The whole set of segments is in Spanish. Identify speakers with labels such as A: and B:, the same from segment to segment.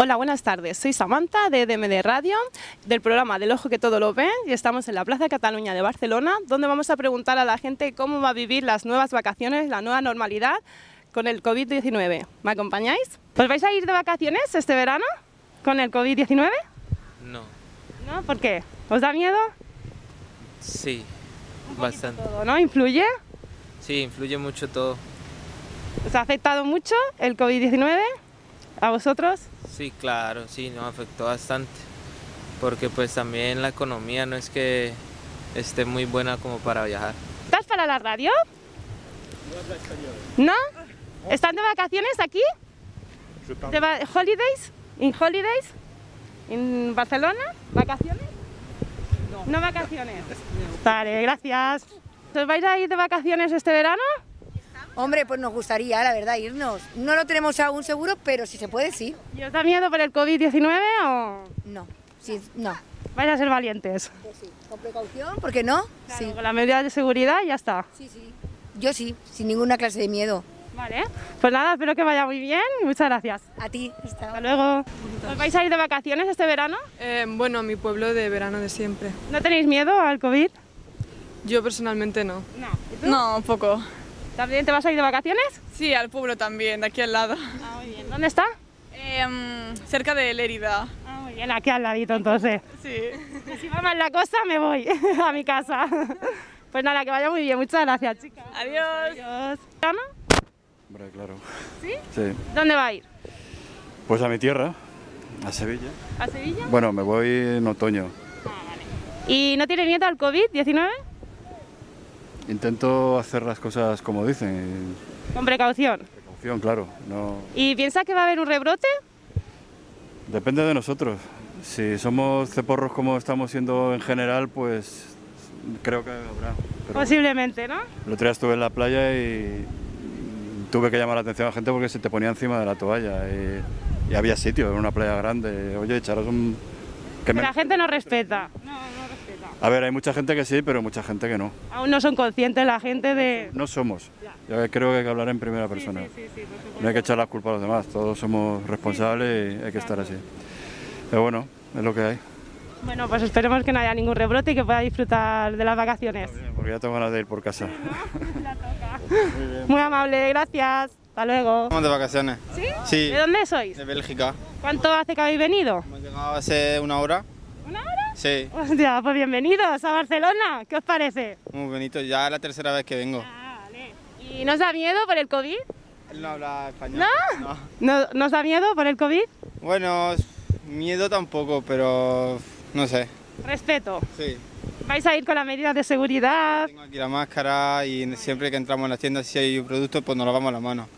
A: Hola, buenas tardes. Soy Samantha de DMD Radio, del programa Del Ojo que Todo lo Ve, y estamos en la Plaza Cataluña de Barcelona, donde vamos a preguntar a la gente cómo va a vivir las nuevas vacaciones, la nueva normalidad con el COVID-19. ¿Me acompañáis? ¿Os vais a ir de vacaciones este verano con el COVID-19?
B: No,
A: ¿No? ¿Por qué? ¿Os da miedo?
B: sí, bastante.
A: Todo, ¿No? ¿Influye?
B: Sí, influye mucho todo.
A: ¿Os ha afectado mucho el COVID-19? ¿A vosotros?
B: Sí, claro, sí, nos afectó bastante. Porque pues también la economía no es que esté muy buena como para viajar.
A: ¿Estás para la radio? ¿No? ¿Están de vacaciones aquí? ¿De va- holidays? ¿In holidays? ¿En Barcelona? ¿Vacaciones? No. vacaciones? Vale, gracias. ¿Os vais a ir de vacaciones este verano?
C: Hombre, pues nos gustaría, la verdad, irnos. No lo tenemos aún seguro, pero si se puede, sí.
A: ¿Y os da miedo por el COVID-19 o
C: No, sí, no.
A: vais a ser valientes?
C: Pues Con precaución, ¿por qué no?
A: Claro, Con la medida de seguridad ya está.
C: Sí, sí, sí. Yo sí, sin ninguna clase de miedo.
A: Vale, pues nada, espero que vaya muy bien. Muchas gracias.
C: A ti.
A: Hasta luego. ¿Os vais a ir de vacaciones este verano?
D: Eh, bueno, a mi pueblo de verano de siempre.
A: ¿No tenéis miedo al COVID?
D: Yo personalmente no.
A: No.
D: No, un poco.
A: ¿También te vas a ir de vacaciones?
D: Sí, al pueblo también, de aquí al lado.
A: Ah, muy bien. ¿Dónde está?
D: Em, cerca de Lérida.
A: Ah, muy bien, aquí al ladito entonces.
D: Sí.
A: Y si va mal la cosa, me voy a mi casa. Pues nada, que vaya muy bien. Muchas gracias, chicas.
D: Adiós.
A: Adiós. ¿Verano?
E: Hombre, claro.
A: ¿Sí?
E: Sí.
A: ¿Dónde va a ir?
E: Pues a mi tierra, a Sevilla.
A: ¿A Sevilla?
E: Bueno, me voy en otoño.
A: ¿Y no tiene miedo al COVID-19?
E: Intento hacer las cosas como dicen,
A: Con precaución.
E: y precaución, claro. No...
A: ¿Y piensa que va a haber un rebrote?
E: Depende de nosotros. Si somos ceporros como estamos siendo en general, pues creo que habrá. Pero
A: Posiblemente, ¿no?
E: el otro día estuve en la playa y tuve que llamar la atención a la gente porque se te ponía encima de la toalla. Y, y había sitio, era una playa grande. Oye, echaros un... que
A: Que
E: me-
A: la gente no respeta.
E: A ver, hay mucha gente que sí, pero mucha gente que no.
A: Aún no son conscientes la gente de...
E: No somos. Yo creo que hay que hablar en primera persona. No hay que echar la culpa a los demás. Todos somos responsables y hay que estar así. Pero bueno, es lo que hay.
A: Bueno, pues esperemos que no haya ningún rebrote y que pueda disfrutar de las vacaciones.
E: Porque ya tengo ganas de ir por casa.
A: Muy amable, gracias. Hasta luego.
F: Estamos de vacaciones.
A: ¿Sí?
F: Sí,
A: ¿De dónde sois?
F: de Bélgica.
A: ¿Cuánto hace que habéis venido?
F: Hemos llegado hace una hora.
A: ¿Una hora?
F: Sí,
A: Hostia, pues bienvenidos a Barcelona. ¿Qué os parece?
F: muy bonito. Ya es la tercera vez que vengo.
A: Ah. ¿Y nos da miedo por el COVID?
F: Él no habla español. ¿No?
A: ¿No, ¿Nos da miedo por el COVID?
F: Bueno, miedo tampoco, pero no sé.
A: Respeto.
F: Sí.
A: ¿Vais a ir con las medidas de seguridad?
F: Tengo aquí la máscara y siempre que entramos en las tiendas si hay un producto, pues nos lavamos las manos.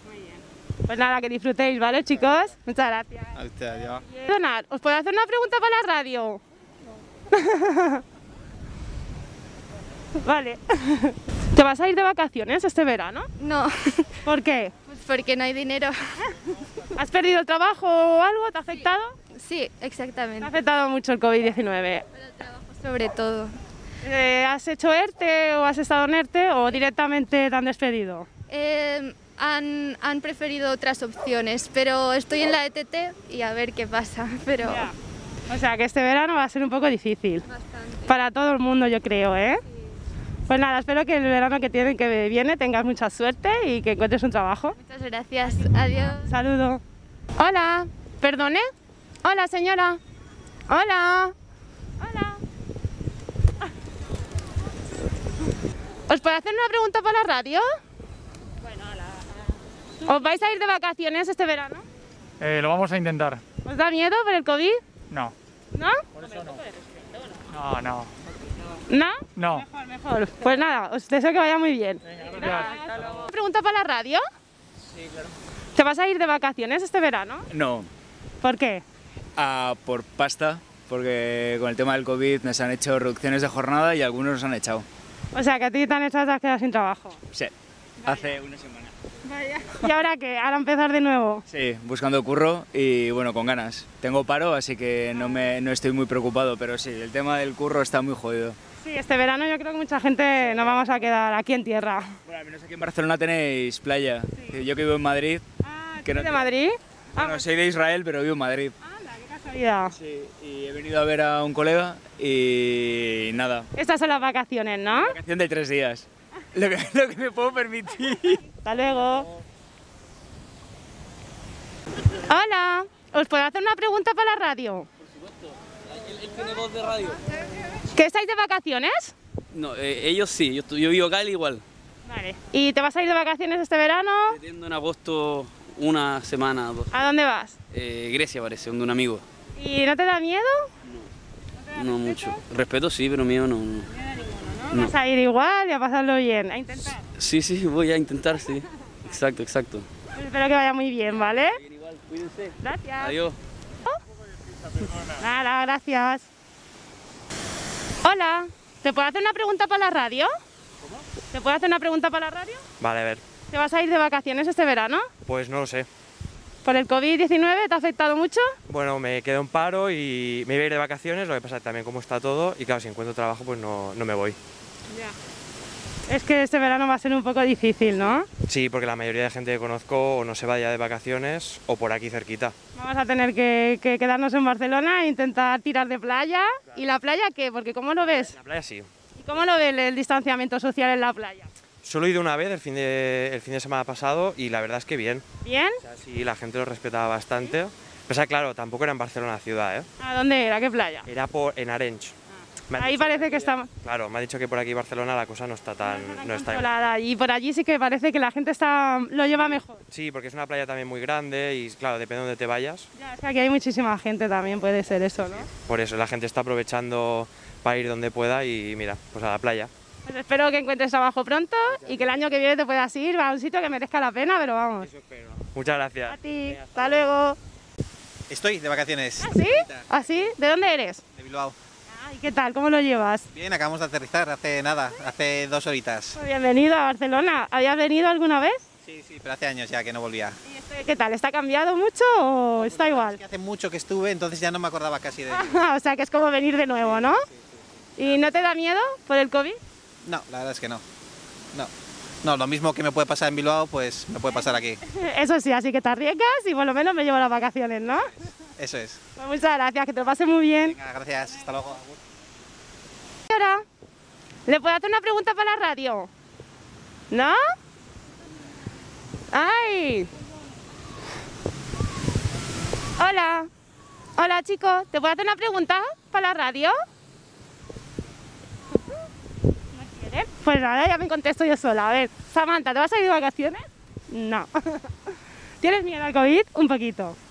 A: Pues nada, que disfrutéis, ¿vale, chicos? Muchas gracias.
F: A usted, adiós.
A: Donar, ¿os puedo hacer una pregunta para la radio? vale. ¿Te vas a ir de vacaciones este verano?
G: No,
A: ¿Por qué?
G: pues porque no hay dinero.
A: ¿Has perdido el trabajo o algo? ¿Te ha afectado?
G: Sí,
A: Te ha
G: exactamente.
A: afectado mucho el COVID-19.
G: Sobre todo.
A: Eh, ¿Has hecho ERTE o has estado en ERTE o directamente te han despedido?
G: Eh, han, han preferido otras opciones, pero estoy en la ETT y a ver qué pasa. Pero
A: Ya. O sea que este verano va a ser un poco difícil. Para todo el mundo, yo creo, ¿eh? Pues nada, espero que el verano que, tiene, que viene tengas mucha suerte y que encuentres un trabajo.
G: muchas gracias. Adiós.
A: Saludo. Hola, perdone. Hola, señora. Hola. Hola. ¿Os puedo hacer una pregunta para la radio? Bueno, hola. ¿Os vais a ir de vacaciones este verano?
H: Eh, lo vamos a intentar.
A: ¿Os da miedo por el COVID?
H: No.
A: ¿No?
H: No, no.
A: ¿No?
H: No.
A: Mejor. Pues nada, os deseo que vaya muy bien. ¿Una pregunta para la radio? Sí, claro. ¿Te vas a ir de vacaciones este verano?
I: No,
A: ¿Por qué?
I: a por pasta, porque con el tema del COVID nos han hecho reducciones de jornada y algunos nos han echado.
A: O sea, que a ti tan echas te has quedado sin trabajo.
I: Sí, hace una semana.
A: ¿Y ahora qué? Ahora empezar de nuevo.
I: Sí, buscando curro y bueno, con ganas. Tengo paro, así que no, me, no estoy muy preocupado, pero sí, el tema del curro está muy jodido.
A: Sí, este verano yo creo que mucha gente nos vamos a quedar aquí en tierra.
I: Bueno, al menos aquí en Barcelona tenéis playa. Yo que vivo en Madrid,
A: Ah,
I: Que no
A: de
I: te-
A: Madrid? Ah,
I: bueno, soy de Israel, pero vivo en Madrid.
A: ah, Navidad.
E: Sí, y he venido a ver a un colega y nada.
A: Estas son las vacaciones, ¿no?
E: Vacación de tres días. Lo que, lo que me puedo permitir.
A: Hasta luego. Hola, ¿os puedo hacer una pregunta para la radio? Por supuesto. Él tiene voz de radio. ¿Que estáis de vacaciones?
J: No, eh, ellos sí, yo, estu- yo vivo acá al igual.
A: Vale. ¿Y te vas a ir de vacaciones este verano?
J: Pretendo en agosto una semana, dos.
A: ¿A dónde vas?
J: Eh, Grecia parece, donde un amigo.
A: ¿Y no te da miedo?
J: No mucho. Respeto sí, pero mío no. no.
A: ¿No? Vas a ir igual y a pasarlo bien, a intentar.
J: Sí, sí, voy a intentar, sí. Exacto, exacto.
A: Pues espero que vaya muy bien, ¿vale? Gracias.
J: Adiós.
A: Nada, gracias. Hola, ¿te puedo hacer una pregunta para la radio? ¿Te puedo hacer una pregunta para la radio?
K: Vale, a ver.
A: ¿Te vas a ir de vacaciones este verano?
K: Pues no lo sé.
A: ¿Por el COVID-19 te ha afectado mucho?
K: Bueno, me quedo en paro y me iba a ir de vacaciones, lo que pasa también cómo está todo y claro, si encuentro trabajo pues no, no me voy.
A: Es que este verano va a ser un poco difícil, ¿no?
K: Sí, porque la mayoría de gente que conozco o no se va ya de vacaciones o por aquí cerquita.
A: Vamos a tener que, que quedarnos en Barcelona e intentar tirar de playa. ¿Y la playa qué? Porque ¿cómo lo ves?
K: La playa sí.
A: ¿Y cómo lo ves el distanciamiento social en la playa?
K: Solo he ido una vez el fin de, el fin de semana pasado y la verdad es que bien.
A: ¿Bien?
K: O sea, sí, la gente lo respetaba bastante. Pesa claro, tampoco era en Barcelona ciudad, ¿eh?
A: ¿A dónde era? ¿Qué playa?
K: Era por, en Arenys. Me han
A: Ah. Ahí
K: dicho-
A: parece que está
K: Claro, me ha dicho que por aquí Barcelona la cosa no está tan... No está igual.
A: controlada y por allí sí que parece que la gente está lo lleva mejor.
K: Sí, porque es una playa también muy grande y claro, depende de dónde te vayas.
A: Ya, es que aquí hay muchísima gente también, puede ser eso, ¿no?
K: Por eso la gente está aprovechando para ir donde pueda y mira, pues a la playa.
A: Pues espero que encuentres trabajo pronto y que el año que viene te puedas ir a un sitio que merezca la pena, pero vamos.
K: Muchas gracias.
A: A ti, hasta luego. ¿Ah,
F: Estoy de vacaciones.
A: ¿Así? ¿Así? ¿De dónde eres?
F: De Bilbao.
A: Ay, ¿qué tal? ¿Cómo lo llevas?
F: Bien, acabamos de aterrizar hace nada, hace dos horitas.
A: Pues bienvenido a Barcelona. ¿Habías venido alguna vez?
F: Sí, sí, pero hace años ya que no volvía.
A: ¿Qué tal? ¿Está cambiado mucho o está igual?
F: Hace mucho que estuve, entonces ya no me acordaba casi de...
A: o sea, que es como venir de nuevo, ¿no? ¿Y no te da miedo por el COVID?
F: No, la verdad es que no. No. No, lo mismo que me puede pasar en Bilbao, pues me puede pasar aquí.
A: Eso sí, así que te arriesgas y por lo menos me llevo las vacaciones, ¿no?
F: Eso es.
A: Pues muchas gracias, que te lo pases muy bien.
F: Venga, gracias. Hasta luego.
A: Señora, ¿le puedo hacer una pregunta para la radio? ¿No? ¡Ay! Hola. Hola, chicos. ¿Te puedo hacer una pregunta para la radio? ¿No quieren? Pues nada, ya me contesto yo sola. A ver, Samantha, ¿te vas a ir de vacaciones? No. ¿Tienes miedo al COVID? Un poquito.